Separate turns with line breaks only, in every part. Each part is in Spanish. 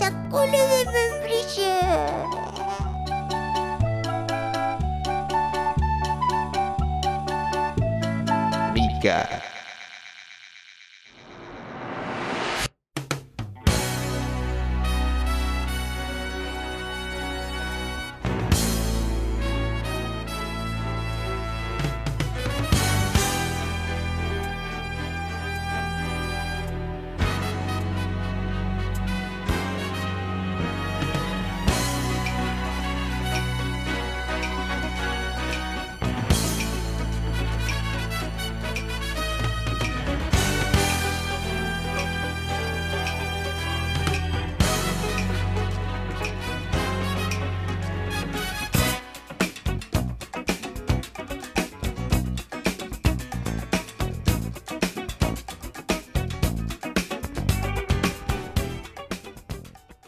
la cola de membrillo.
Mica.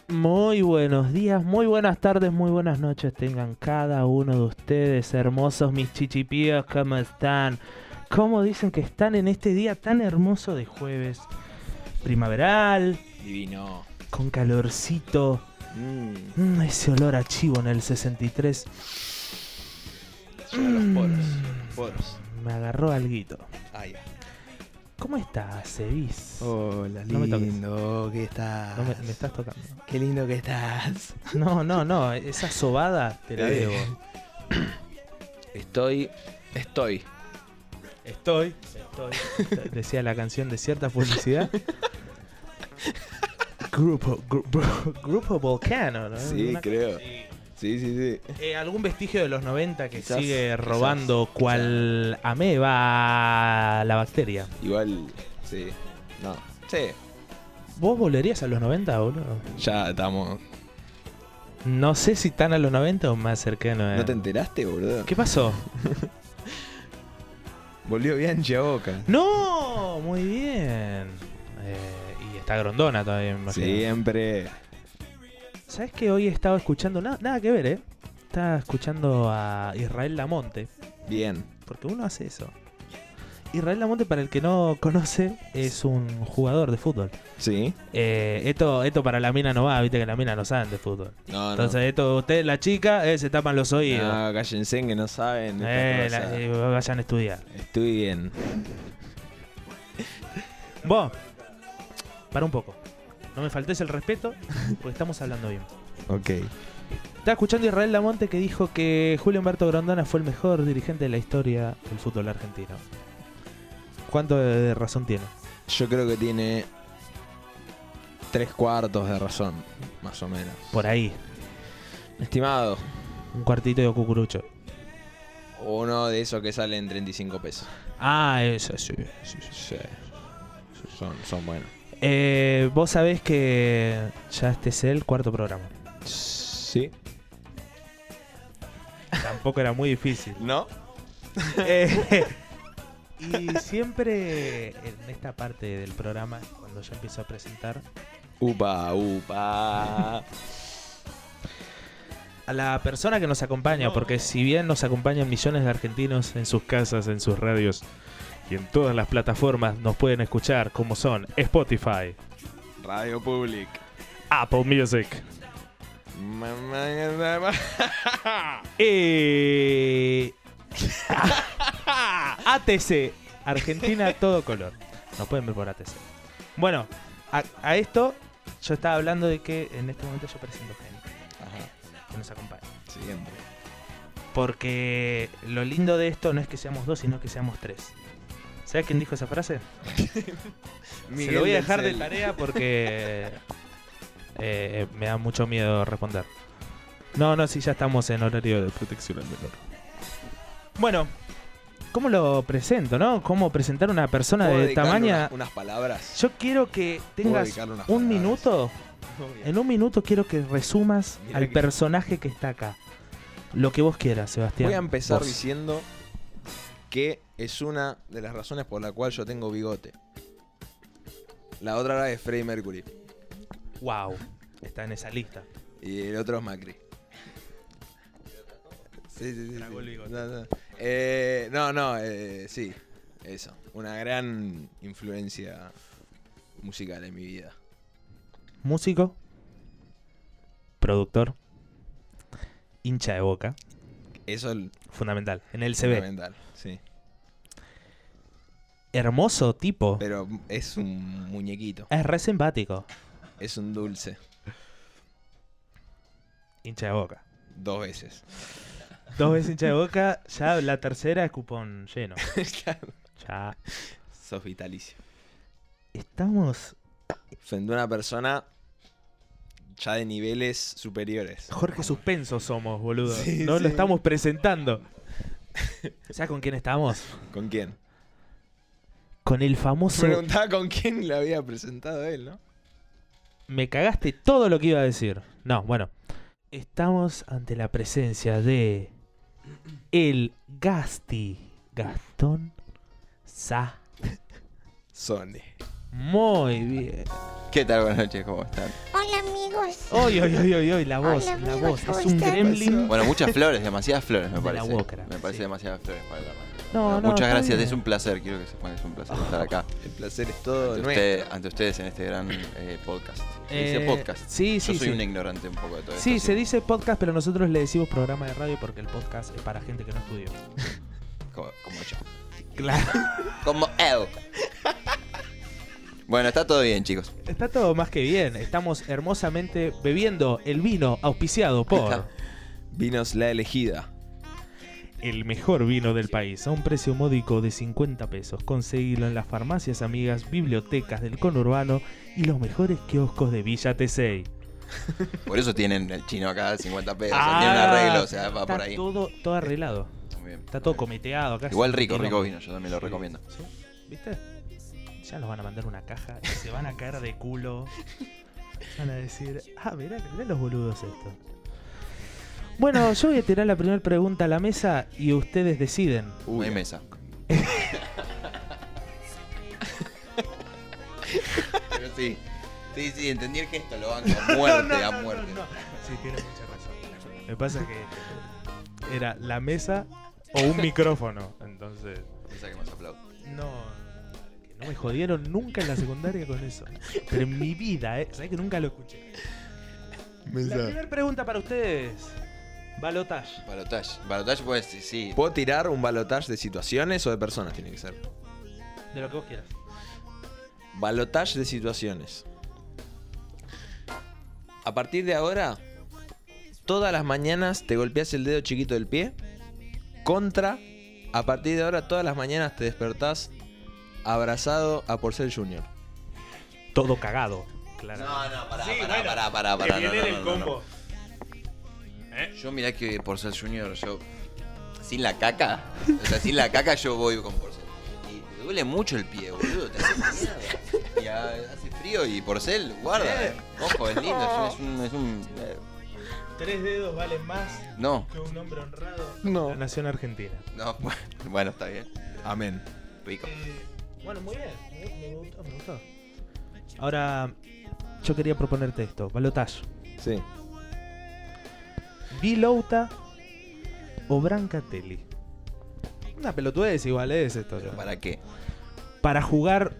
Muy buenos días, muy buenas tardes, muy buenas noches tengan cada uno de ustedes, hermosos mis chichipíos, ¿cómo están? ¿Cómo dicen que están en este día tan hermoso de jueves? Primaveral,
Divino.
con calorcito,
Mm,
Mm, ese olor a chivo en el 63
llegan
Mm.
los poros. los Poros.
me agarró alguito.
Ah, ya.
¿Cómo estás, Sebis?
Oh.
Hola,
No me toques.
lindo que estás.
No me, me estás tocando.
Qué lindo que estás.
No, no, no, esa sobada te la
Eh.
debo.
Estoy. Estoy.
Estoy, estoy. Decía la canción de cierta publicidad. Grupo, grupo, grupo Volcano, ¿no?
Sí,
Una-
creo. Sí, sí, sí.
Eh, algún vestigio de los 90 que
Quizás,
sigue
quizás,
robando cual ameba la bacteria.
Igual. Sí. No. Sí.
¿Vos volverías a los 90, boludo?
Ya estamos.
No sé si tan a los 90 o más cercano. eh.
¿No te enteraste, boludo?
¿Qué pasó?
Volvió Bianchi a boca.
¡No! Muy bien. Eh, y está grondona todavía, me imagino.
Siempre.
¿Sabes que hoy he estado escuchando? Nada, nada que ver, ¿eh? Estaba escuchando a Israel Lamonte.
Bien.
Porque uno hace eso. Israel Lamonte, para el que no conoce, es un jugador de fútbol.
Sí.
Eh, esto, esto para la mina no va, viste que la mina no saben de fútbol.
Ah, No, Ah, no.
Entonces, esto, ustedes, la chica, eh, se tapan los oídos.
no, cállense que no saben. de
Eh,
estas
la-
cosas.
eh, vayan a estudiar.
Estoy bien.
Vos, para un poco. No me faltes el respeto, porque estamos hablando bien.
Ok.
Estaba escuchando a Israel Lamonte que dijo que Julio Humberto Grondona fue el mejor dirigente de la historia del fútbol argentino. ¿Cuánto de, de razón tiene?
Yo creo que tiene. Tres cuartos de razón, más o menos.
Por ahí,
Estimado,
un cuartito de cucurucho.
uno de esos que salen 35 pesos.
Ah, eso sí. sí, sí.
Sí. Son, son buenos.
Eh, Vos sabés que ya este es el cuarto programa.
Sí.
Tampoco era muy difícil.
¿No?
Eh, y siempre en esta parte del programa, cuando yo empiezo a presentar,
Upa, upa.
A la persona que nos acompaña, porque si bien nos acompañan millones de argentinos en sus casas, en sus radios y en todas las plataformas, nos pueden escuchar como son Spotify,
Radio Public.
Apple Music
Ma- ma- ma- ma-
y ATC, Argentina a todo color. Nos pueden ver por ATC. Bueno, a, a esto yo estaba hablando de que en este momento yo presento gente
Ajá,
que nos acompaña.
siempre.
Porque lo lindo de esto no es que seamos dos, sino que seamos tres. ¿Sabes quién dijo esa frase? Se lo voy a dejar de tarea porque eh, me da mucho miedo responder. No, no, sí, ya estamos en horario de protección al menor. Bueno, ¿cómo lo presento, no? ¿Cómo presentar una persona
¿Puedo
de
dedicarle
tamaña?
Unas, unas palabras.
Yo quiero que tengas
dedicarle unas
un
palabras?
minuto en un minuto quiero que resumas
Mira
al
que-
personaje que está acá. Lo que vos quieras, Sebastián.
Voy a empezar
Vos.
diciendo que es una de las razones por la cual yo tengo bigote. La otra era de Freddie Mercury.
Wow, está en esa lista.
Y el otro es Macri. Sí, sí, sí.
Tragó el
sí.
bigote.
No, no, Eh, no, no, eh, sí. Eso. Una gran influencia musical en mi vida.
Músico, productor, hincha de boca,
Eso es
fundamental. En él se ve.
fundamental. Sí.
Hermoso tipo.
Pero es un muñequito.
Es re simpático.
Es un dulce.
Hincha de boca.
Dos veces.
Dos veces hincha de boca, ya la tercera es cupón lleno. Ya.
Sos vitalicio.
Estamos.
Frente a una persona ya de niveles superiores.
Jorge Suspenso somos, boludo.
Sí,
no
sí.
lo estamos presentando. ¿Sabes con quién estamos?
¿Con quién?
Con el famoso.
Preguntaba con quién le había presentado él, ¿no?
Me cagaste todo lo que iba a decir. No, bueno. Estamos ante la presencia de. El Gasti. Gastón Sa.
Sony.
Muy bien.
¿Qué tal? Buenas noches, ¿cómo están?
Hola amigos.
Uy, uy, uy, uy, uy, la voz,
Hola,
la
amigo,
voz.
¿cómo
Es un
estás?
gremlin.
Bueno, muchas flores, demasiadas flores me
De la
parece.
Wócra,
me parece
sí.
demasiadas flores para la radio.
No,
Bueno,
no, está
Muchas gracias,
bien.
es un placer, quiero que sepan que es un placer
Ah,
estar acá
El placer es todo
ante,
nuestro.
usted- ante ustedes en este gran eh, podcast. Se dice
Eh,
podcast.
Sí, sí,
Yo soy
sí.
un ignorante un poco de todo
Sí,
esto.
se dice podcast, pero nosotros le decimos programa de radio porque el podcast es para gente que no estudió.
Como, como yo.
Claro.
Como él. bueno, está todo bien, chicos.
Está todo más que bien. Estamos hermosamente bebiendo el vino auspiciado por
Está.
Vinos la elegida.
el mejor vino del país a un precio módico de 50 pesos. Conseguilo en las farmacias amigas, bibliotecas del conurbano y los mejores kioscos de Villa Tesey.
Por eso tienen el chino acá, 50 pesos.
Ah,
tiene un arreglo, o sea, va
Está
por ahí.
todo, todo arreglado.
Muy bien.
Está todo cometeado acá.
Igual
sin
rico,
quilombo.
rico vino, yo también lo recomiendo.
Sí, ¿Viste? Ya nos van a mandar una caja y se van a caer de culo. Van a decir, ah, mirá, mirá los boludos estos. Bueno, yo voy a tirar la primera pregunta a la mesa y ustedes deciden.
No hay mesa. Pero sí. Sí, sí, entendí el gesto, lo banco. A muerte, a muerte.
no. Sí, tiene mucha razón. Me pasa que era la mesa o un micrófono. Entonces,
Pensá que más aplaudo.
no. que No me jodieron nunca en la secundaria con eso. Pero en mi vida, ¿eh? ¿Sabés que nunca lo escuché? La primera pregunta para ustedes. Balotage.
Balotage. Balotage, pues sí, sí.
¿Puedo tirar un balotage de situaciones o de personas? Tiene que ser.
De lo que vos quieras.
Balotage de situaciones. A partir de ahora, todas las mañanas te golpeas el dedo chiquito del pie. Contra, a partir de ahora, todas las mañanas te despertás abrazado a Porcel Junior.
Todo cagado. Claro.
No, no, pará, pará, pará, pará, pará. no, no, no, no, no. Yo mirá que Porcel Junior, yo. Sin la caca. O sea, sin la caca yo voy con Porcel. Y te duele mucho el pie, boludo. Te hace mierda. Y ah, hace frío y Porcel, guarda. eh. Ojo, es lindo. Es un. Es un, es un- eh,
Tres dedos valen más
no.
que un hombre honrado.
No.
La nación argentina.
No, bueno, está bien.
Amén.
Rico.
Eh, bueno, muy bien. Me, gustó, me gustó. Ahora, yo quería proponerte esto. Balotage.
Sí.
Bilouta o Brancatelli. Una pelotudez igual ¿eh? es esto.
¿Pero
¿no?
para qué?
Para jugar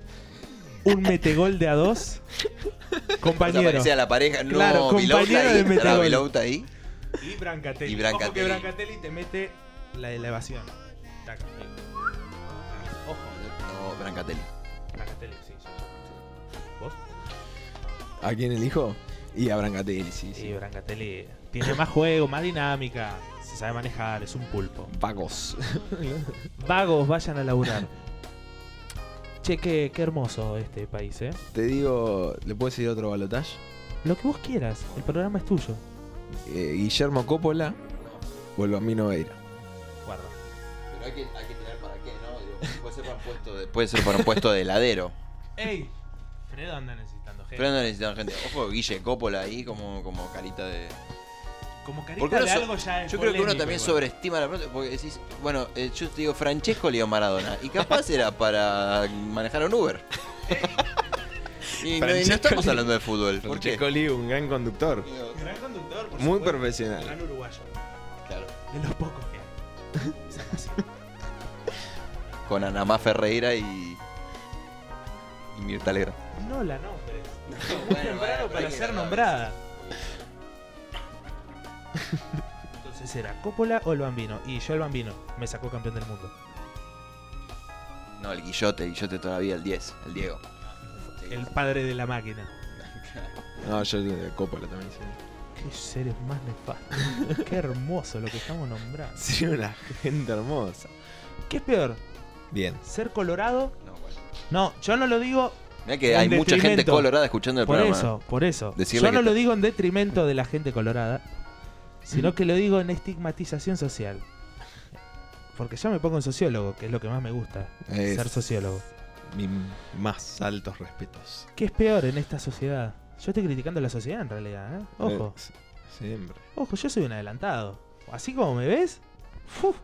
un metegol de a dos. Compañero.
Desaparecía la pareja. No,
Claro,
Vilouta
compañero
ahí.
de
estará
Metegol.
Vilouta ahí.
Y Brancatelli.
Y Brancatelli.
Ojo que Brancatelli te mete la elevación. Taca. Ojo,
No, Brancatelli.
Brancatelli, sí, sí, sí. ¿Vos?
¿A quién elijo? Y a Brancatelli, sí,
Sí, Brancatelli tiene más juego, más dinámica. Se sabe manejar, es un pulpo.
Pagos.
Vagos, vayan a laburar. Che, qué, qué hermoso este país, ¿eh?
Te digo, ¿le puedo decir otro balotage?
Lo que vos quieras, el programa es tuyo.
Eh, Guillermo Coppola o el Bambino Veira.
Guarda.
Pero hay que, hay que tirar para qué, ¿no? Digo, puede, ser para un puesto de, puede ser para un puesto de heladero.
¡Ey! Fredo anda necesitando gente.
Pero no necesitan gente. Ojo, Guille Coppola ahí como, como carita de.
Como carita
Porque uno
de
so-
algo ya es
Yo creo que uno
polémico
también
igual.
sobreestima la pregunta. Porque decís, bueno, eh, yo te digo Francesco Leo Maradona. Y capaz era para manejar un Uber. y, no, y no
Francesco
estamos
Leo-
hablando de fútbol. ¿Por qué?
Francescoli, un gran conductor.
Digo,
Gran conductor,
Muy
por supuesto,
profesional.
Gran uruguayo.
Claro.
De los pocos que hay. Esa pasión.
Con Anamá Ferreira y. Y Mirta Legrand.
No la nombres.
bueno,
Muy temprano
bueno, pero
para
hay que
ser
grabar.
nombrada. Entonces era Coppola o el Bambino. Y yo el Bambino. Me sacó campeón del mundo.
No, el Guillote, el Guillote todavía, el 10, el Diego.
El padre de la máquina.
No, yo de Coppola también.
Qué seres más nefastos. Qué hermoso lo que estamos nombrando.
Sí. sí, una gente hermosa.
¿Qué es peor?
Bien.
¿Ser colorado?
No, bueno.
No, yo no lo digo
Mirá que
En
hay mucha gente
detrimento.
colorada escuchando el
por
programa.
eso, por eso.
Decirle
yo no
que
lo
te-
digo en detrimento de la gente colorada, sino que lo digo en estigmatización social. Porque ya me pongo en sociólogo, que es lo que más me gusta,
Es-
ser sociólogo.
Mis más altos respetos.
¿Qué es peor en esta sociedad? Yo estoy criticando a la sociedad en realidad, ¿eh? Ojo,
Eh, siempre.
ojo, yo soy un adelantado. Así como me ves, ¡fuf!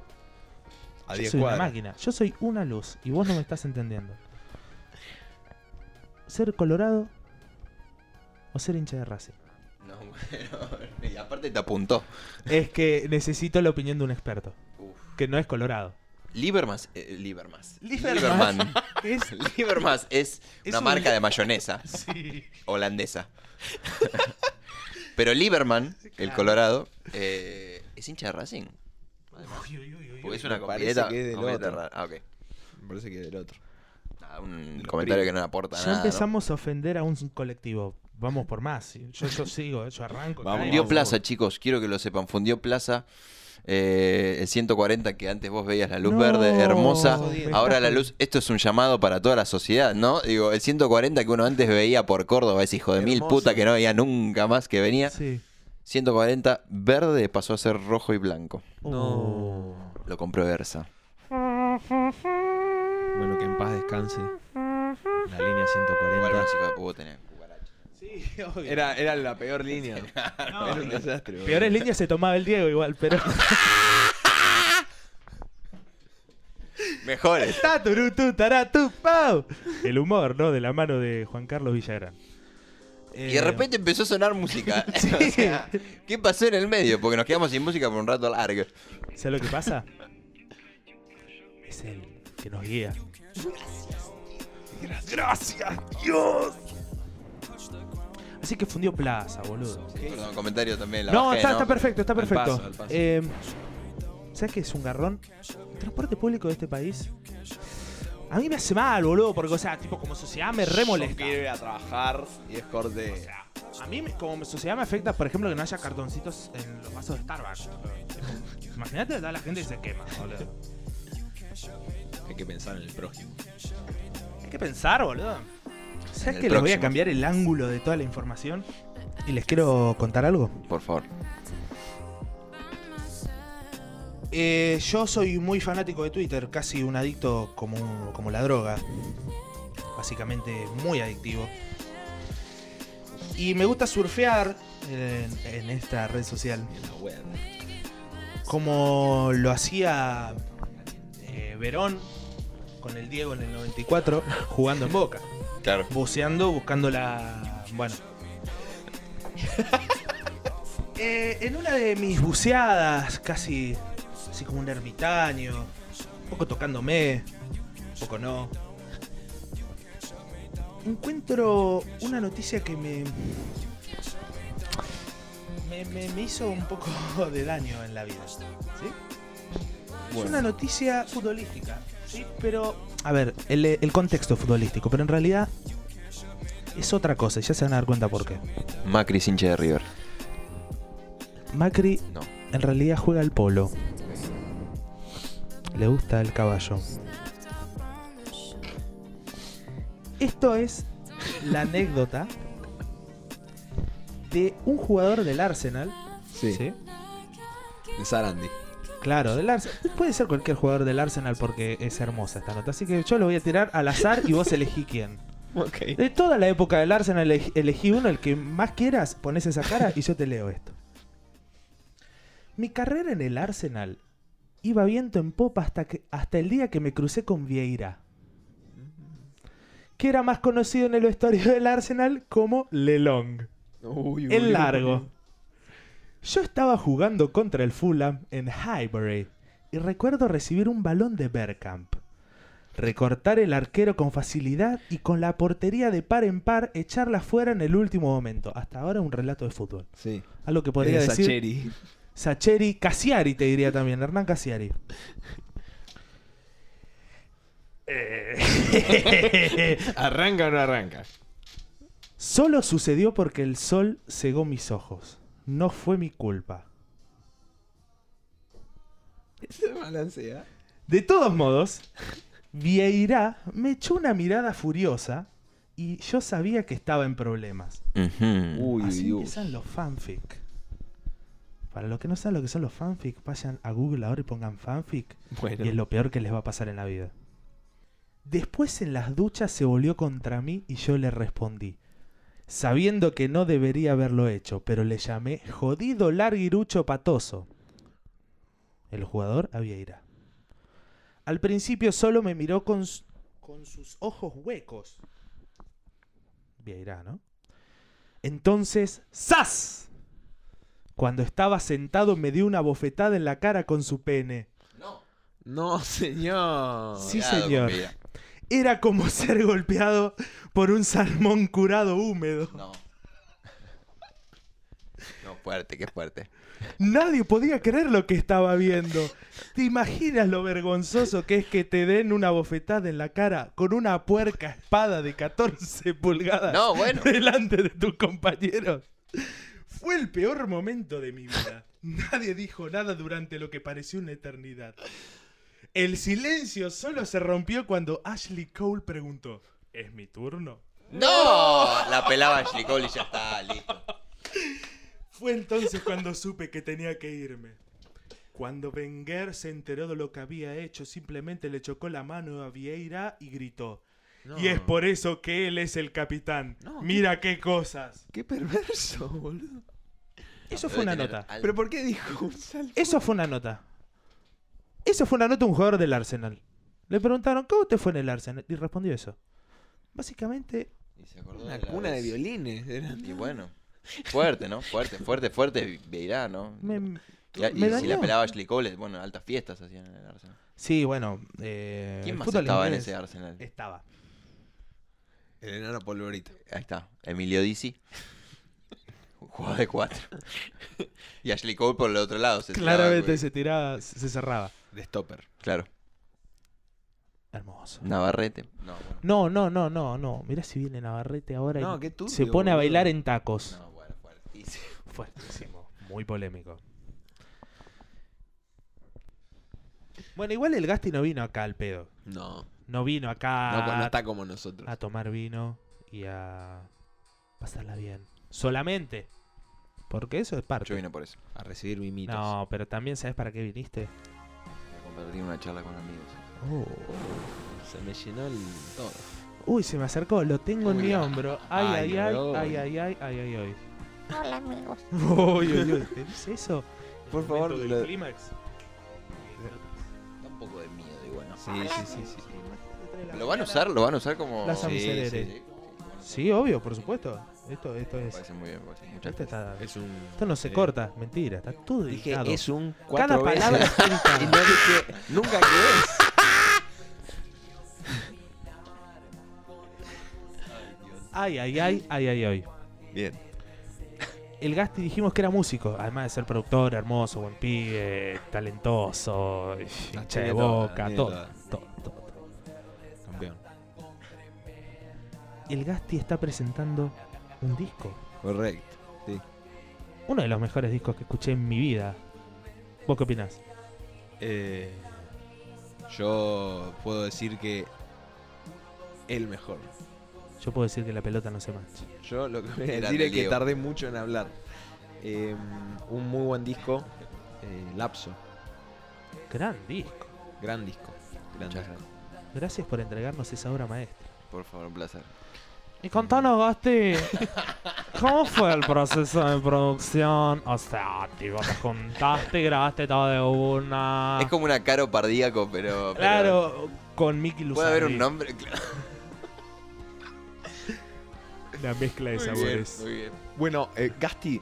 A
yo
10
soy una
cuadras.
máquina, yo soy una luz y vos no me estás entendiendo. ¿Ser colorado o ser hincha de Racing?
No, bueno. Y aparte te apuntó.
Es que necesito la opinión de un experto. Que no es colorado.
Libermas. eh, Libermas.
Libermas.
Liberman.
Es,
Libermas es
Es
una
un
marca
li-
de mayonesa
sí.
holandesa. Pero Lieberman, el Colorado, eh, es hincha de Racing.
Uy, uy, uy, uy, uy.
Porque es una
me parece
completa.
que es del
completa
otro.
ra- Ah, ok.
Me parece que del otro.
Ah, un
Los
comentario
primos.
que no aporta
Ya
nada. ¿no?
empezamos a ofender a un colectivo. Vamos por más. Yo, yo sigo, yo arranco.
Vamos.
caigo.
Fundió Plaza, chicos, quiero que lo sepan. Fundió Plaza. eh, el 140 que antes vos veías la luz
No,
verde hermosa,
jodiendo.
ahora la luz, esto es un llamado para toda la sociedad, ¿no? Digo, el 140 que uno antes veía por Córdoba, ese hijo de mil
Hermoso.
puta que no veía nunca más que venía,
Sí.
140 verde pasó a ser rojo y blanco.
Oh. No.
Lo compró Versa.
Bueno, que en paz descanse. La línea 140.
Igual, hijo de puta, tenía cucaracha.
Sí, obvio.
Era, era la peor línea.
No.
era un desastre. boludo.
Peores líneas se tomaba el Diego igual, pero.
Mejores.
Ta, turú, tu, tará, tu, pau. El humor, ¿no? De la mano de Juan Carlos Villagrán. Eh,
Y de repente empezó a sonar música. O sea, ¿Qué pasó en el medio? Porque nos quedamos sin música por un rato largo.
¿Sabes lo que pasa? Es él que nos guía. Gracias. Gracias, Dios. Así que fundió plaza, boludo.
Perdón, comentario también. La
no,
bajé,
está, está perfecto, está
Al
perfecto.
paso, al paso.
Eh, ¿Sabes qué es un garrón? El transporte público de este país. A mí me hace mal, boludo, porque, o sea, tipo, como sociedad me re molesta.
Yo quiero ir a trabajar y es corte.
O sea, a mí me- como sociedad me afecta, por ejemplo, que no haya cartoncitos en los vasos de Starbucks. Imagínate, ¿verdad? la gente se quema, boludo.
Hay que pensar en el prójimo.
Hay que pensar, boludo.
En el
¿Sabes que les voy a
próximo.
cambiar el ángulo de toda la información? Y les quiero contar algo.
Por favor.
Eh, yo soy muy fanático de Twitter, casi un adicto como, como la droga. Básicamente muy adictivo. Y me gusta surfear en- en esta red social.
En la web.
como lo hacía eh, Verón con el Diego en el 94 jugando en Boca,
Claro.
buceando, buscando la... Bueno. Eh, en una de mis buceadas, casi así como un ermitaño, un poco tocándome, un poco no, encuentro una noticia que me... Me, me- me hizo un poco de daño en la vida. ¿sí? Es una noticia futbolística, ¿sí? Pero, a ver, el, el contexto futbolístico, pero en realidad es otra cosa, y ya se van a dar cuenta por qué.
Macri es hincha de River.
Macri
No.
en realidad juega al polo. Le gusta el caballo. Esto es la anécdota de un jugador del Arsenal.
Sí.
¿sí?
De Sarandi.
Claro, del Arsenal. Puede ser cualquier jugador del Arsenal porque es hermosa esta nota. Así que yo lo voy a tirar al azar y vos elegí quién.
Ok.
De toda la época del Arsenal eleg- elegí uno, el que más quieras, pones esa cara y yo te leo esto. Mi carrera en el Arsenal iba viento en popa hasta, que, hasta el día que me crucé con Vieira, que era más conocido en el vestuario del Arsenal como Lelong, el largo. Yo estaba jugando contra el Fulham en Highbury y recuerdo recibir un balón de Bergkamp. Recortar el arquero con facilidad y con la portería de par en par echarla fuera en el último momento. Hasta ahora un relato de fútbol.
Sí.
Algo que podría
Es
decir
Sacheri.
Sacheri, Cassiari te diría también, Hernán Cassiari. Eh.
¿Arranca o no arranca?
Solo sucedió porque el sol cegó mis ojos. No fue mi culpa.
Se balancea.
De todos modos, Vieira me echó una mirada furiosa y yo sabía que estaba en problemas.
Uy,
Así
uy, uy.
empiezan los fanfic. Para los que no saben lo que son los fanfic, vayan a Google ahora y pongan fanfic.
Bueno.
Y es lo peor que les va a pasar en la vida. Después en las duchas se volvió contra mí y yo le respondí. Sabiendo que no debería haberlo hecho, pero le llamé jodido larguirucho patoso. El jugador había ira. Al principio solo me miró con, s- con sus ojos huecos. Vieira, ¿no? Entonces, ¡zas! Cuando estaba sentado me dio una bofetada en la cara con su pene.
No.
No, señor.
Sí,
Cuidado con
señor.
Vieira.
Era como ser golpeado por un salmón curado húmedo.
No. No, fuerte, qué fuerte.
Nadie podía creer lo que estaba viendo. ¿Te imaginas lo vergonzoso que es que te den una bofetada en la cara con una puerca espada de 14 pulgadas
No, bueno.
delante de tus compañeros? Fue el peor momento de mi vida. Nadie dijo nada durante lo que pareció una eternidad. El silencio solo se rompió cuando Ashley Cole preguntó, ¿es mi turno?
¡No! La pelaba Ashley Cole y ya está, listo.
Fue entonces cuando supe que tenía que irme. Cuando Wenger se enteró de lo que había hecho, simplemente le chocó la mano a Vieira y gritó.
No.
Y es por eso que él es el capitán.
No,
Mira qué cosas.
Qué perverso, boludo.
Eso fue una
Debe tener
nota.
al-
¿Pero por qué dijo un
eh,
salto?
Eso fue una nota. Eso fue una nota a un jugador del Arsenal. Le preguntaron, ¿cómo te fue en el Arsenal? Y respondió eso. Básicamente,
Y se acordó
Una
de la
cuna de
vez.
violines. eran.
Y bueno. Fuerte, ¿no? Fuerte, fuerte, fuerte. Veirá, ¿no?
me...
y a- y
me
si
dañó.
la pelaba Ashley Cole, bueno, altas fiestas hacían en el Arsenal.
Sí, bueno. eh,
¿Quién
el
más
fútbol
estaba en
inglés
ese Arsenal?
Estaba.
El enano polvorita.
Ahí está, Emilio Dizzy. Un jugador de cuatro. Y Ashley Cole por el otro lado. se tiraba,
Claramente
güey.
se tiraba, se cerraba.
De stopper.
Claro.
Hermoso.
Navarrete. No, bueno.
No, no, no, no, no. Mirá si viene Navarrete ahora
No,
y
qué turbio,
se pone a
boludo.
bailar en tacos.
No, bueno, fuertísimo.
Fuertísimo. Muy polémico. Bueno, igual el Gasti no vino acá al pedo.
No.
No vino acá
No, pues, no
a-
está como nosotros.
a tomar vino y a pasarla bien. Solamente. Porque eso es parte.
Yo vine por eso.
A recibir mimitos.
no, pero también sabes para qué viniste.
A compartir una charla con amigos.
Oh. Se me llenó el todo.
Uy, se me acercó. Lo tengo en
Uy,
mi
ah,
hombro. Ay, ay,
ay,
ay,
no.
ay, ay, ay, ay, ay, ay.
Hola amigos.
Uy, uy, uy, ¿tenés eso?
Por
El
favor,
momento del
lo-
clímax.
Da un poco de miedo igual, ¿no?
Sí, sí, sí, sí.
¿Lo van a usar? ¿Lo van a usar como...?
Las
sí,
amisereres.
sí, sí.
Sí, obvio, por supuesto. Esto, esto
Me
es.
parece muy bien. pues, me parece muy bien.
Esto, está-
Es un.
esto no se
eh,
corta, mentira, está todo
Dije,
editado.
es un
Cada
cuatro
palabra
veces.
está
Y
editada.
no dije, nunca que
Ay, ay, ay, ay, ay, ay.
Bien.
El Gasti dijimos que era músico, además de ser productor, hermoso, buen pibe, talentoso, hincha de
tiene todas,
boca,
tiene
todo,
todas.
todo, todo.
es. Campeón.
El Gasti está presentando un disco,
Correcto. Sí.
uno de los mejores discos que escuché en mi vida. ¿Vos qué opinás?
Eh, yo puedo decir que el mejor.
Yo puedo decir que la pelota no se mancha.
Yo lo que voy a
Grande
decir es que
Leo.
tardé mucho en hablar. Eh, un muy buen disco, eh, Lapso.
Gran disco.
Gran disco. Gran
Muchas
disco.
Gracias por entregarnos esa obra maestra.
Por favor, un placer.
Y contanos, Gasti, ¿cómo fue el proceso de producción? O sea, tipo, te juntaste, grabaste todo de una.
Es como una caro pardíaco, pero... pero-
Ah. Claro, con Mickey Luzardi.
¿Puede haber un nombre? Claro.
La mezcla de
Muy bien, muy bien.
Bueno, eh, Gasti,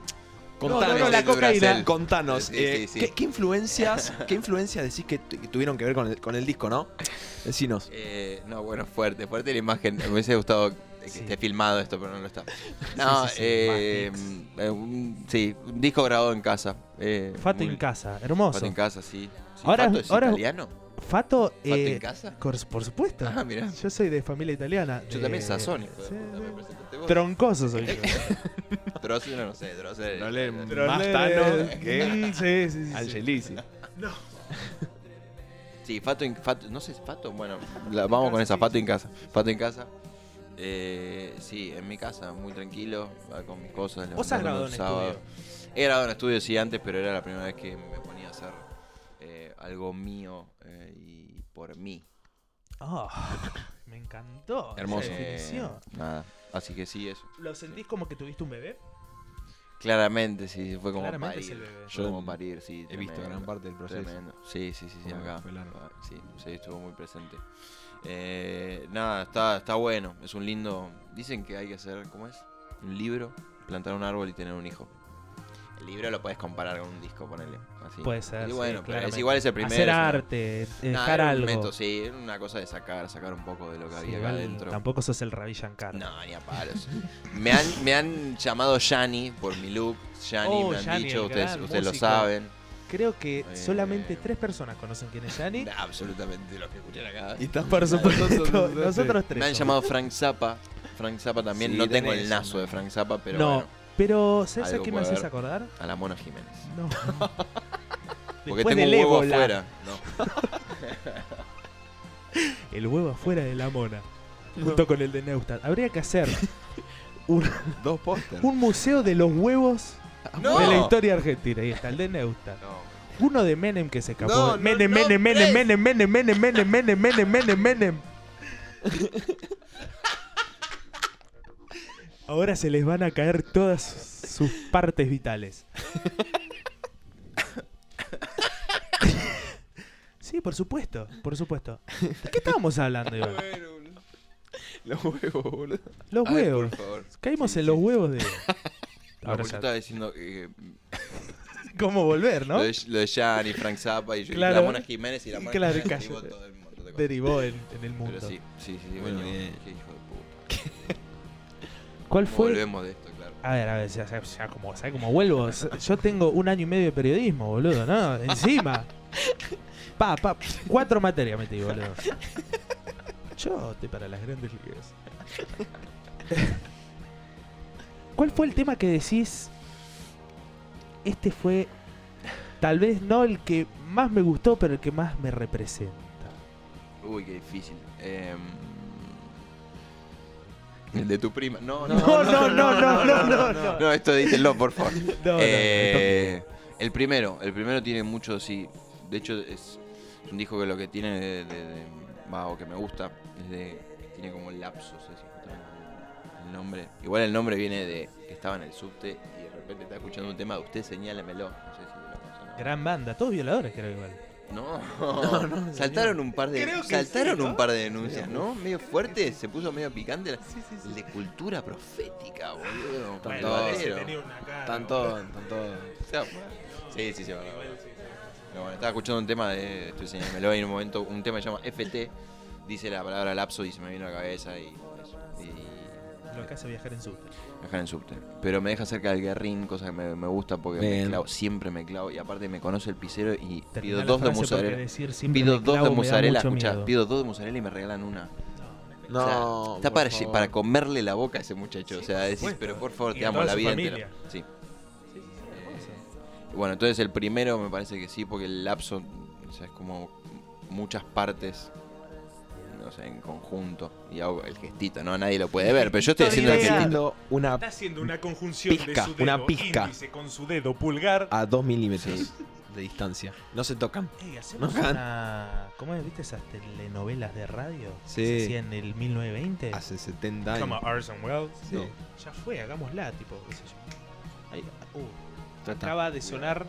Contanos,
no, no, la
eh,
cocaína.
Duracell. Contanos,
Sí, sí,
eh,
sí.
¿qué, qué influencias, ¿qué influencias decís que tu- que tuvieron que ver con el, con el disco, no? Decinos.
Eh, no, bueno, fuerte, fuerte la imagen. Me hubiese gustado que
Sí.
esté filmado esto, pero no lo está. No,
sí, sí,
eh,
Matrix.
eh, un- sí, un disco grabado en casa. eh,
Fato
muy-
en casa, hermoso.
Fato en casa, sí. Sí,
Ahora-
¿Fato es
ahora-
italiano? ¿Fato
Fato, eh,
en casa?
cor- por supuesto.
Ah, mirá.
Yo soy de familia italiana.
Yo
de-
también sazón,
Eh, sí,
Me
sí.
presentaste vos.
Troncoso soy yo.
Drosel, no sé, Drosel.
Pero le- Mm, sí, sí, sí, sí.
Angelici.
Sí, Fato en Fato, no sé, Fato, bueno, la- vamos con esa, Fato en casa. Fato en casa. Eh, sí, en mi casa, muy tranquilo, con mis cosas.
Vos
levantándome
has grabado
un
en
sábado.
estudio.
He grabado en estudio, sí, antes, pero era la primera vez que me ponía a hacer eh, algo mío eh, y por mí.
Ah, me encantó. esa
Hermoso.
Oh, definición.
Eh, nada, así que sí, eso.
¿Lo sentís como que tuviste un bebé?
Claramente, sí, fue como
Claramente es
parir.
el bebé.
Fue
Yo
como parir, sí.
He visto
tremendo.
gran parte del proceso.
Tremendo. Sí, sí, sí, sí,
Como
acá.
fue largo.
Ah, Sí, sí, estuvo muy presente. Eh, nada, está, está bueno. Es un lindo. Dicen que hay que hacer, ¿cómo es? Un libro, plantar un árbol y tener un hijo. El libro lo puedes comparar con un disco, ponele. Así.
Puede ser.
Y
sí,
bueno, pero es
claramente.
igual es el primero.
Hacer
es una-
arte, eh,
Nada,
dejar
era un
algo.
momento, sí, era una cosa de sacar, sacar un poco de lo que
Sí,
había acá
igual
adentro.
Tampoco sos el Ravi Shankar.
No, ni a palos. me, han, me han llamado Yanni por mi loop. Yanni
Oh,
me han
Yanni, el
dicho, ustedes,
gran
ustedes lo
músico.
saben.
Creo que
Eh.
solamente tres personas conocen quién es Yanni.
Nah, absolutamente los que escuchan acá.
Y estás
Por supuesto,
Nosotros-
nosotros tres.
Me han
somos.
llamado Frank Zappa. Frank Zappa también.
Sí,
no tengo
tenés
el nazo
una.
de Frank Zappa, pero
no,
bueno,
pero ¿sabes a
algo
qué me
puede
haces
haber.
acordar?
a la Mona Jiménez.
No.
Porque
Después
tengo
del
un huevo
ébola,
afuera. No.
El huevo afuera de la mona. Junto con el de Neustadt. Habría que hacer
Dos pósters.
un museo de los huevos
No.
de la historia argentina. Ahí está, el de Neustadt.
No.
Uno de Menem que se escapó.
No, no,
Menem,
no,
Menem,
tres.
Menem, Menem, Menem, Menem, Menem, Menem, Menem, Menem, Menem. Ahora se les van a caer todas sus partes vitales. Sí, por supuesto, por supuesto. ¿De qué estábamos hablando, Iván?
Los huevos, boludo.
Los
Ay,
huevos.
por favor.
Caímos
Sí,
en
sí.
los huevos de...
No,
Ahora
porque yo
ya-
estaba diciendo eh,
¿Cómo volver, no?
lo, de, lo de Gianni, Frank Zappa y yo. y
Claro.
la Mona Jiménez y la Mona
Claro,
Jiménez
cayó.
derivó todo el montón de cosas.
Derivó en, en el mundo.
Pero sí, sí, sí.
Bueno,
bueno,
bien.
qué hijo de puta.
¿Cuál
¿Cómo
fue?
Volvemos de esto, claro.
A ver, a ver, ya, ya- ya como, ¿sabes cómo vuelvo? S- Yo tengo un año y medio de periodismo, boludo, ¿no? Encima. Pa, pa, cuatro materias metí, boludo. Yo estoy para las grandes ligas. ¿Cuál fue el tema que decís? Este fue, tal vez no el que más me gustó, pero el que más me representa.
Uy, qué difícil. Em, el de tu prima. No, no,
No, no, no, no, no, no, no.
No, esto dítenlo, por favor.
No, no,
Eh, el primero, el primero tiene mucho, sí. De hecho, es es un disco que lo que tiene de, de- de- va, o que me gusta es de- tiene como lapsos, es justamente el nombre. Igual el nombre viene de que estaba en el subte y de repente está escuchando un tema de usted, señálemelo. No sé si lo conocen, ¿no?
Gran banda, todos violadores creo igual.
No, saltaron un par de
Creo que
saltaron
sí, ¿no?
un par de denuncias, ¿no? Medio fuerte, se puso medio picante. la- El de cultura profética, boludo. Tan tontero. Tan ton- tan ton- O sea, bueno. Sí, sí, sí, bueno, bueno. Pero bueno, estaba escuchando un tema de estoy señándolo en un momento, un tema que se llama FT, dice la palabra lapso y se me vino a la cabeza y eso. Y
Lo que hace viajar en subte.
me dejan en subte. Pero me deja cerca del guerrín, cosa que me, me gusta porque me
Bien.
clavo, siempre me clavo. Y aparte me conoce el pisero y
Terminá
pido
la
dos de
frase porque
mozzarella.
decir siempre
Pido
me
dos de
clavo me da
mozzarella,
mucho
escuchá,
miedo.
pido dos de mozzarella y me regalan una.
No.
O sea, está
por
para,
favor.
para comerle la boca a ese muchacho.
Sí,
o sea,
por
decís,
supuesto.
pero por favor,
Y
te
a
amo
toda
la
su
vida
familia.
entera. Sí. Eh, bueno, entonces el primero me parece que sí, porque el lapso o sea, es como muchas partes. No sé, en conjunto. Y hago el gestito, ¿no? Nadie lo puede ver, pero yo estoy
Estoy
haciendo el
ideando.
gestito.
Haciendo una
Está haciendo una conjunción
Pizca,
de su dedo
una pizca.
índice con su dedo pulgar.
Ah,
a dos milímetros de distancia. No se tocan.
Ey, hacemos
Ajá.
una... ¿Cómo es? ¿Viste esas telenovelas de radio? que
Sí.
Se hacían en el 1920.
Hace 70
Como
años.
Orson Welles.
Sí.
No, ya fue, hagámosla, tipo, qué sé yo. Ahí, uh,
Ya está.
acaba de sonar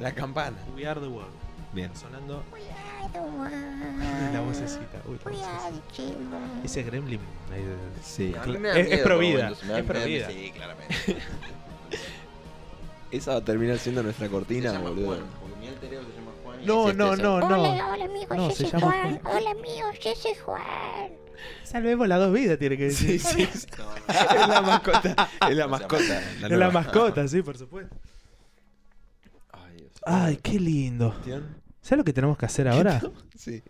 La campana.
We Are The World.
Bien.
Está sonando la
La
vocecita. Uy, la vocecita. Ese gremlin. ahí de-
Sí.
A mí me da
Es- es
miedo
pro
por
vida,
momentos, me da-
es pro
me da-
vida.
Sí, claramente.
Esa va a terminar siendo nuestra cortina, boludo.
porque mi alter ego se llama Juan. y
No,
es
no,
este,
no, no.
Hola, hola amigos,
No,
yo
se
soy
llama
Juan. Hola amigos, yo soy Juan.
Salvemos las dos vidas, tiene que decir.
¿sabes? No, no.
Es la mascota. Es la
O sea,
mascota.
Es la
nueva.
mascota, sí, por supuesto.
Ay, Dios.
Ay, qué lindo.
¿Cuestión?
¿Sabes lo que tenemos que hacer ahora?
Sí.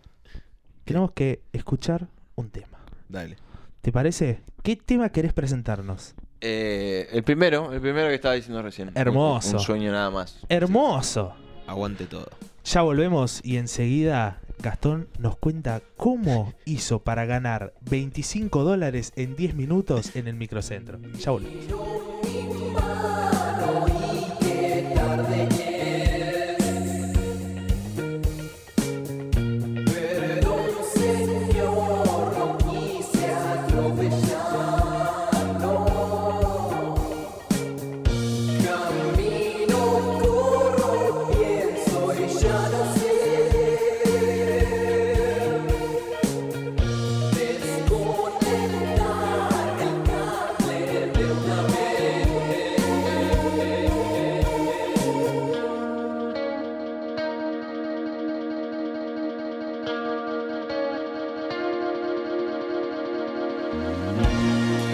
Tenemos que escuchar un tema.
Dale.
¿Te parece? ¿Qué tema querés presentarnos?
Eh, el primero, el primero que estaba diciendo recién.
Hermoso.
Un, un sueño nada más.
Hermoso.
Aguante todo.
Ya volvemos y enseguida Gastón nos cuenta cómo hizo para ganar 25 dólares en 10 minutos en el microcentro. Ya volvemos.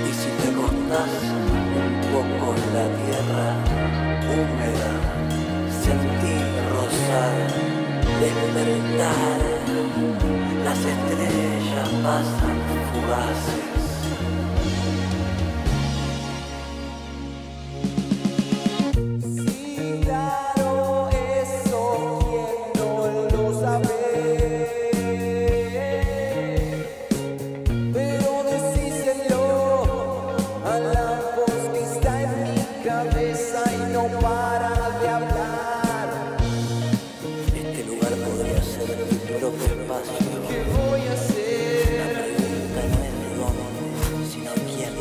Y si te cortas un poco la tierra húmeda, sentí rozar, despertar. Las estrellas pasan fugaces.
Pero decíselo a la voz que está en mi cabeza y no para de hablar.
Este lugar podría ser tu propio espacio.
¿Qué voy a hacer?
La pregunta no es de dónde, sino quién.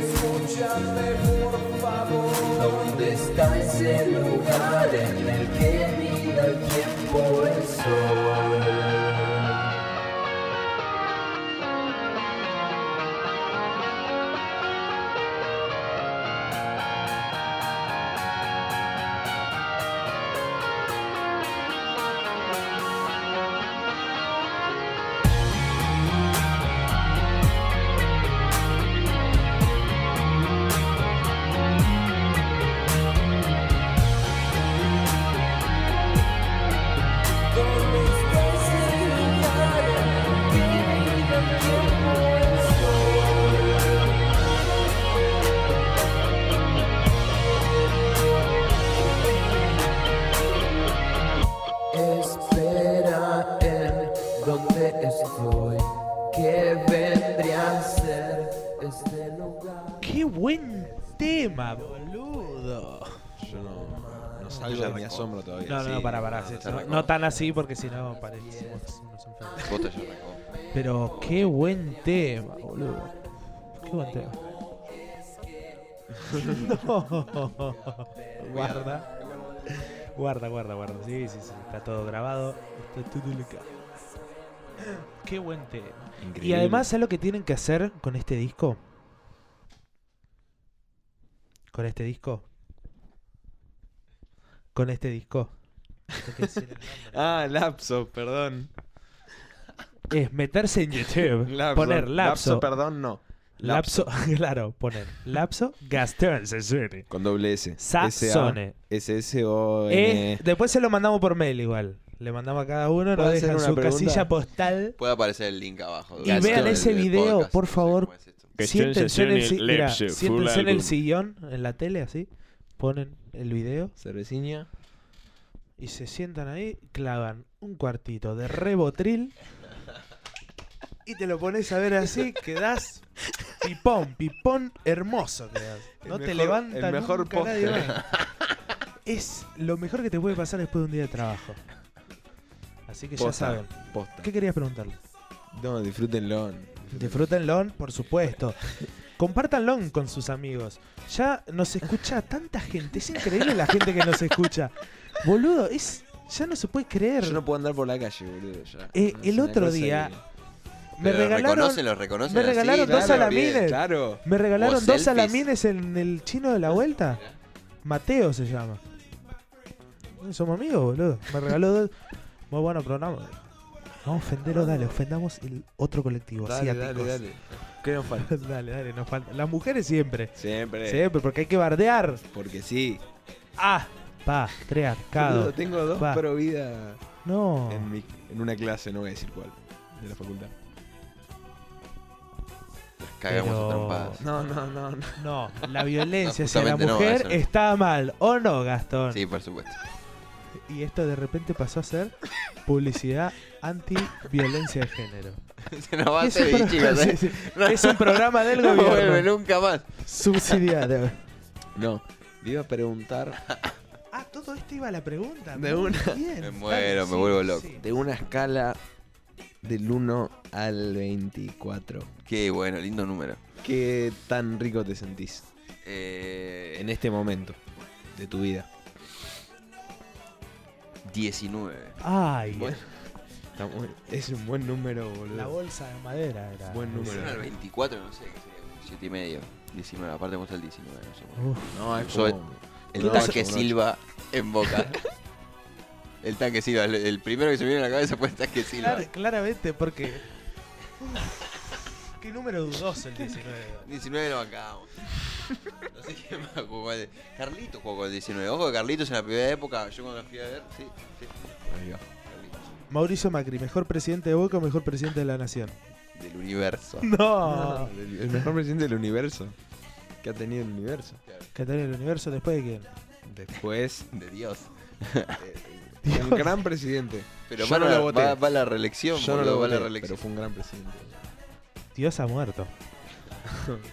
Escúchame por favor, ¿dónde está ese lugar en el que mira el tiempo el sol? ¿Dónde está ese lugar en el que mira el tiempo el sol? Espera en donde estoy, que vendría a ser este lugar.
¡Qué buen tema, boludo!
Yo no, no salgo de mi asombro todavía.
No, no,
Sí,
no, para, para.
no,
no, no tan así porque si no parecemos unos enfermos.
Posta, yo arrancó.
Pero qué buen tema, boludo. Qué buen tema. No. Guarda. Guarda, guarda, guarda. Sí, sí, sí. Está todo grabado. Está todo acá. Qué buen tema.
Increíble.
Y además, ¿sabes lo que tienen que hacer con este disco? Con este disco. Con este disco. Tengo que decir el nombre.
Ah, lapso, perdón.
Es meterse en YouTube.
Lapso.
poner lapso.
perdón, no.
Lapso, claro, poner lapso Gastón Sassone.
Con doble S.
Sassone.
S S O
Eh,
N. E.
después se lo mandamos por mail igual. Le mandamos a cada uno,
¿Puedo
nos
hacer
dejan
una
su
pregunta?
casilla postal.
Puede aparecer el link abajo.
Y vean ese video, por favor.
No sé cómo es esto.
Siéntense en el, si- mirá, siéntense en el sillón, en la tele, así. Ponen el video
Cerveciña.
y se sientan ahí, clavan un cuartito de rebotril y te lo pones a ver así, quedás pipón, pipón hermoso quedás. No
El
te
mejor-
levanta
el mejor
nunca nadie
postre.
más. Es lo mejor que te puede pasar después de un día de trabajo. Así que ya
Posta.
saben.
Posta.
¿Qué querías preguntarle?
No, disfrútenlo.
Disfrútenlo, por supuesto. Compártanlo con sus amigos. Ya nos escucha tanta gente. Es increíble la gente que nos escucha. Boludo, es, ya no se puede creer.
Yo no puedo andar por la calle, boludo. ya.
Eh,
Es
el
una
otro
cosa
día-
que-
me
Pero
regalaron,
reconocen, los reconocen
me
así,
regalaron
claro,
dos
bien.
alamines.
Claro.
me regalaron
O
dos
selfies.
salamines en el chino de la vuelta. Mateo se llama. Somos amigos, boludo. Me regaló dos. Muy bueno programa. Vamos a ofenderlo, dale, ofendamos el otro colectivo.
Dale, dale,
asiáticos.
dale. ¿Qué nos falta?
dale, dale, nos falta. Las mujeres siempre.
Siempre.
Siempre, porque hay que bardear.
Porque sí.
Ah,
Boludo,
patriarcado.
tengo dos
Va. Oh.
pro vida
No.
En, mi- en una clase, no voy a decir cuál. De la facultad.
Las cagamos
Pero-
a trompadas.
No, no, no. no.
No, la violencia
No,
hacia la
justamente no,
mujer
eso no.
está mal, ¿o no, Gastón?
Sí, por supuesto.
este, Y esto de repente pasó a ser publicidad anti-violencia de género.
Se nos va a
Es un
hacer
pro-
bichillos, ¿eh?
sí, sí.
No,
Es un programa del
no vuelve
gobierno.
nunca más.
Subsidiario.
No. Le iba a preguntar
Ah, todo esto iba a la pregunta.
De
Muy
una.
bien.
Me muero,
Dale,
me vuelvo loco.
de una escala del 1 al 24.
Qué bueno, lindo número.
¿Qué tan rico te sentís
Eh,
en este momento de tu vida?
19.
Ay,
Bueno, está muy- es un buen número, boludo.
la bolsa de madera era.
Buen número.
19 al 24, no sé, qué sería, 7 y medio. 19, aparte me gusta el 19, no sé. por qué.
Uf,
No, es
Soy-
como-
El
No,
tanque
es un ocho.
Silva en boca. el tanque Silva, el, el primero que se me viene a la cabeza fue el tanque Silva.
clar- claramente, porque. Uf, Qué número dudoso el 19.
19 lo bancamos. No sé quién más jugó con el... Carlitos jugó con el 19. Ojo que Carlitos en la primera época, yo cuando la fui a ver, sí, sí.
Ahí va.
Carlitos.
Mauricio Macri, mejor presidente de Boca o mejor presidente de la nación.
Del universo.
No.
El mejor presidente del universo que ha tenido el universo.
Catalina del Universo, después de quién?
Después,
De Dios.
Dios.
un gran presidente.
Pero
Yo
va,
no
la,
lo voté.
va- va la reelección,
Yo no
boludo,
lo
va la
voté, pero
reelección.
fue un gran presidente.
Dios ha muerto.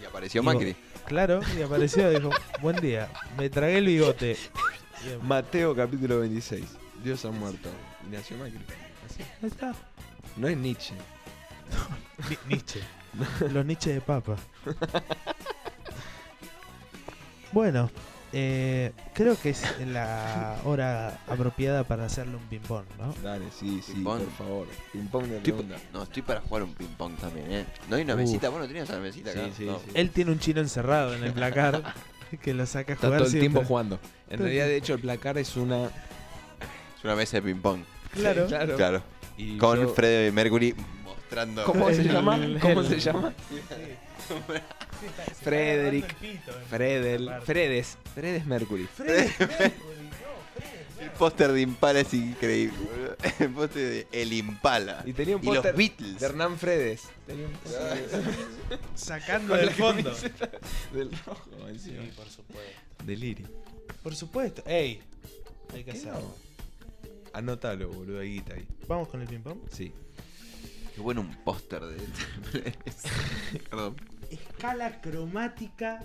Y apareció
Digo-
Macri.
Claro, y apareció y dijo, buen día, me tragué el bigote. em, Bien,
Mateo capítulo 26. Dios ha muerto. Y nació Macri.
ahí está.
No es Nietzsche.
Ni- Nietzsche. Los Nietzsche de papa. Bueno, eh, creo que es la hora apropiada para hacerle un ping-pong, ¿no?
Dale, sí, sí,
Ping-pong.
por favor. Ping pong de
Tipo-
onda.
No, estoy para jugar un ping pong también, eh. No hay una
Uf.
mesita, vos no tenías una mesita acá.
Sí, sí,
No.
sí.
Él tiene un chino encerrado en el placar que lo saca a
Está
jugar
todo el tiempo
siempre.
jugando. En
Todo el
realidad, de hecho, el placar es una.
Es una mesa de ping pong.
Claro.
Claro.
Claro.
Y
Con
yo-
Freddie Mercury mostrando.
¿Cómo se
El-
llama? ¿Cómo
el-
se llama? Frederick.
eh.
Fredel. Fredes. Fredes Mercury.
El póster de Impala es increíble, boludo. El póster de El Impala.
Y tenía un
Y los
póster
Beatles.
de Hernán Fredes. Tenía un
Sacando del fondo.
del rojo encima.
Sí, por supuesto.
Delirio.
Por supuesto. Ey. Hay que
¿Qué
hacerlo.
no? Anótalo, boludo, ahí guita ahí.
Vamos con el ping pong.
Sí.
Qué bueno un póster de Perdón.
Escala cromática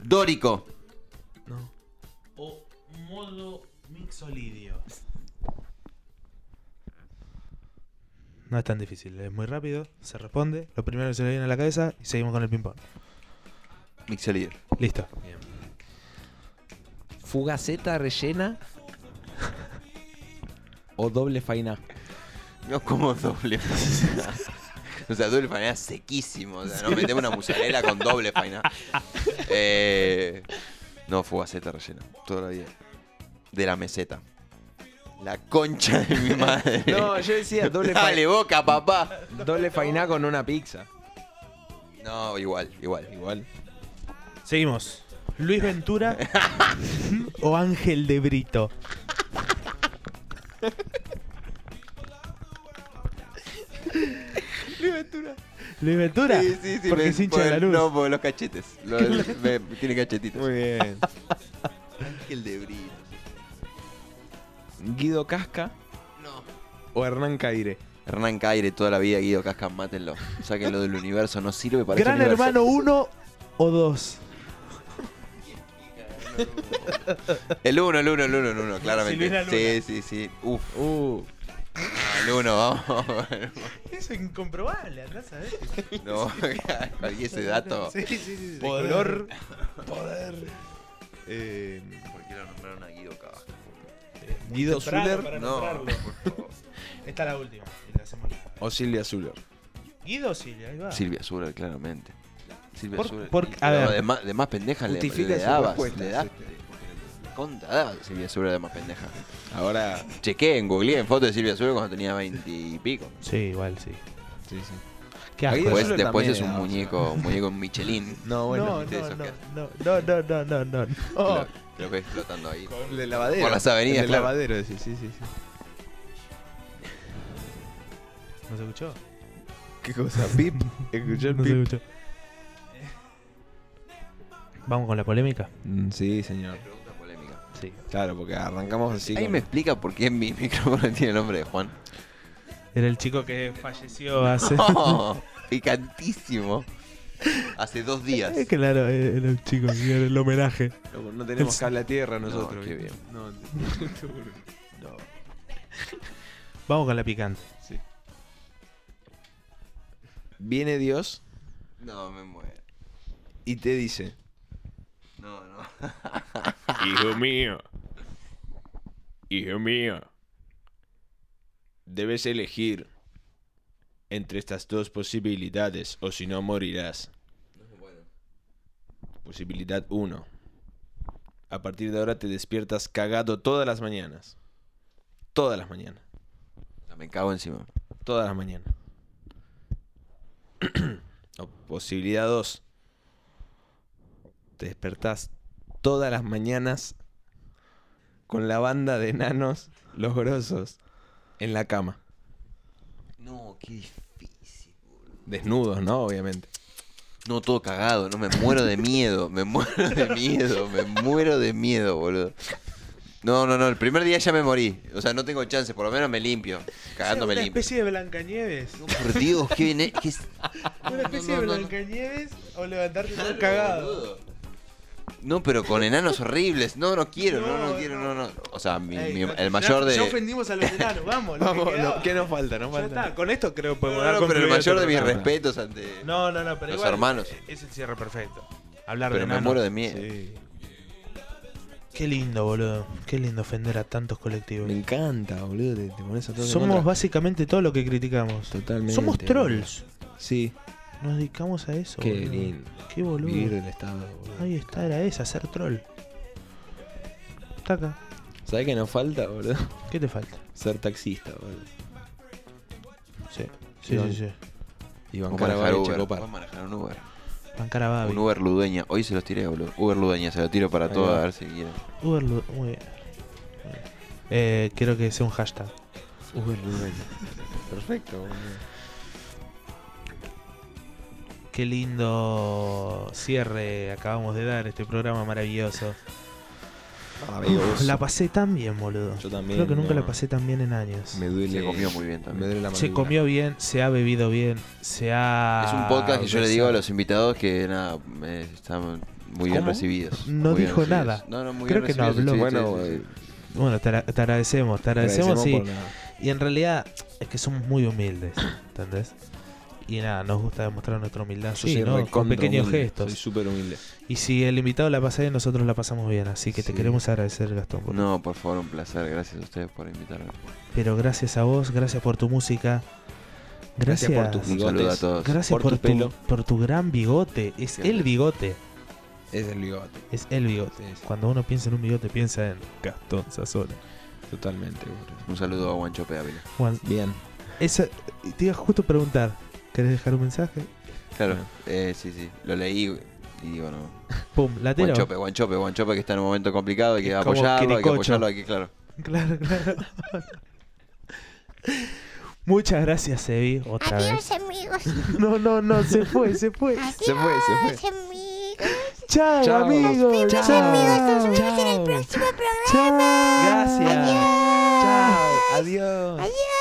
Dórico.
No.
o modo mixolidio. No es tan difícil, es muy rápido, se responde, lo primero que se le viene a la cabeza y seguimos con el ping pong.
Mixolir.
Listo.
¿Fugaceta rellena? ¿O doble faina?
No como doble faina. O sea, doble faina es sequísimo. O sea, no metemos una mozzarella con doble faina. Eh, no, fugaceta rellena. Todavía. De la meseta. La concha de mi madre.
No, yo decía doble, fa-
Dale, boca, papá.
doble faina con una pizza.
No, igual, igual.
Igual.
Seguimos. Luis Ventura o Ángel de Brito. Luis Ventura. Luis Ventura. porque
me-
es hincha
por
de la
el-
luz.
No, por los cachetes. Lo- me- tiene cachetitos.
bien.
El de brillo.
Guido Casca. O Hernán Caire.
Hernán Caire toda la vida, Guido Casca, mátenlo. Sáquenlo del universo, no sirve para
Gran
ese universo.
Hermano 1 o 2.
El uno, el uno, el uno, el uno, claramente.
Silvina Luna.
Sí, sí, sí. Uf, Ah,
Uh.
el uno, vamos.
Eso es incomprobable, andás a ver.
No, cualquier ese dato.
Sí, sí, sí.
Poder.
Poder.
eh,
¿Por qué lo nombraron a Guido Casca?
Guido Zuller.
No, por favor.
Esta es la última. y le hacemos la-
O Silvia Zuller.
Guido o Silvia, ahí va.
Silvia Zuller, claramente. Silvia
Por-
Zuller.
por- a
Pero
ver.
De más, de más pendeja le,
Justifica
le
sus
dabas,
respuestas,
le das-
este.
recontra de Silvia Segura era más pendeja.
Ahora.
Chequeen, googleen fotos de Silvia Segura cuando tenía 20 y pico.
Sí, igual, sí.
Sí, sí.
Qué
Ahí
asco.
Guido
Después,
Zulo
después
también
es un
era, o sea.
muñeco, un muñeco Michelin.
No,
No,
bueno.
no,
de esos
no,
que-
no, no, no, no, no, no, no.
Creo, creo que explotando ahí.
El del lavadero.
Por las avenidas,
El del
claro.
lavadero, decís, sí, sí, sí.
¿No se escuchó?
¿Qué cosa? ¿Pip? ¿Escuchó el
No se
pip?
escuchó. Vamos con la polémica.
Mm, sí, señor.
Pregunta polémica.
Sí.
Claro, porque arrancamos así.
Ahí
con-
me explica por qué mi micrófono tiene el nombre de Juan.
Era el chico que falleció hace.
No, picantísimo. Hace dos días.
Eh, claro, eh, era el chico, que era el homenaje.
No, no tenemos cable a tierra nosotros.
qué
¿viste?
bien.
No, te- no.
Vamos con la picante.
Viene Dios
No, me muero.
y te dice:
No, no.
Hijo mío. Hijo mío.
Debes elegir entre estas dos posibilidades, o si no morirás. Posibilidad 1. A partir de ahora te despiertas cagado todas las mañanas. Todas las mañanas.
Me cago encima.
Todas las mañanas. O posibilidad 2. Te despertás todas las mañanas con la banda de enanos, los grosos, en la cama.
No, qué difícil.
Desnudos, ¿no? Obviamente.
No, todo cagado, no, me muero de miedo, me muero de miedo, me muero de miedo, boludo. No, no, no, el primer día ya me morí. O sea, no tengo chance, por lo menos me limpio.
Era
Cagándome
una
limpio.
especie de Blancanieves.
No, por Dios, qué bien es. qué es-
Una especie
no,
de
no, no.
Blancanieves o levantarte todo
Claro,
cagado.
boludo. No, pero con enanos horribles. No, no quiero, no, no,
No,
quiero, no,
no.
no. O sea, mi-
Ey,
mi-
no,
el
ya-
mayor de.
Ya ofendimos a los enanos, vamos. lo que
Vamos,
quedaba.
no, ¿qué nos falta? Nos
Ya
falta.
está, con esto creo
No,
podemos
no,
dar
pero el
concluido
mayor de
este
mis
programa.
respetos ante
No, no, no, pero
los
igual e,
hermanos.
Es el cierre perfecto. Hablar
Pero
de
me
enanos.
muero de miedo.
Sí.
Qué lindo, boludo. Qué lindo ofender a tantos colectivos.
Me encanta, boludo. Te, te pones a todos en
Somos
contra.
básicamente todo lo que criticamos.
Totalmente.
Somos trolls.
Sí.
Nos dedicamos a eso.
Qué
boludo.
lindo.
Qué boludo.
Vivir del estado, boludo.
Ahí está, era esa, ser troll. Está acá.
¿Sabes qué nos falta, boludo?
¿Qué te falta?
Ser taxista, boludo.
Sí, sí,
Iván.
sí. sí.
Y
Vos
bancar a
manejar
Babi
Uber.
Checopar.
vos manejar un Uber.
Bancar a Babi.
Un Uber Ludueña. Hoy se los tiré, boludo. Uber Ludueña, se lo tiro para
Ahí
todos
va.
a ver si quieren.
Uber Lu- Muy bien. Muy bien. Eh, quiero que sea un hashtag.
Uber Ludueña. Perfecto, boludo.
Qué lindo cierre acabamos de dar este programa maravilloso. Uf, la pasé tan bien, boludo.
Yo también.
Creo que nunca
no.
la pasé tan bien en años.
Me duele.
Se comió muy bien también.
Me duele la
Se
mandíbula.
comió bien, se ha bebido bien, se ha...
Es un podcast que yo le
besado.
digo a los invitados que nada, eh, están muy bien
¿Cómo?
recibidos.
No
Muy bien
dijo
recibidos.
nada.
No, no, muy
Creo
bien
que no
recibidos,
habló.
sí, sí,
Bueno,
sí, sí.
eh,
Bueno, te, ara- te agradecemos, te agradecemos,
agradecemos
sí.
por la-
Y en realidad es que somos muy humildes, ¿entendés? Y nada, nos gusta demostrar nuestra humildad,
Yo
sí,
soy
¿no? con
recontra
pequeños
humilde,
gestos.
Soy súper humilde.
Y si el invitado la pasa bien, nosotros la pasamos bien. Así que te
Sí.
queremos agradecer, Gastón. por-
No, por favor, un placer. Gracias a ustedes por invitarme.
Pero gracias a vos, gracias por tu música.
Gracias
Gracias,
por tu
Un
Bigotes.
saludo a todos.
gracias
por
por,
tu
tu,
pelo.
por tu gran bigote. Es
Siempre.
el bigote.
Es el bigote.
Es el bigote.
Sí, sí.
Cuando uno piensa en un bigote, piensa en Gastón Sazona.
Totalmente, boludo.
Un saludo a Juancho Peávila.
Juan,
Bien.
esa- te iba justo a preguntar. ¿Querés dejar un mensaje?
Claro, eh, sí, sí. Lo leí y digo, no.
Pum, la tiro.
Guanchope, Guanchope, Guanchope que está en un momento complicado. Hay que
Es como
apoyarlo, hay que
Quiricocho.
apoyarlo, hay que, claro.
Claro, claro. Muchas gracias, Evi, otra
Adiós,
vez.
amigos.
No, no, no, se fue, se fue.
Adiós,
Se fue, se fue.
amigos.
Chao,
Chao.
amigos.
Nos vemos, amigos. Nos vemos en el próximo programa.
Chao.
Gracias.
Adiós.
Chao. Adiós.
Adiós.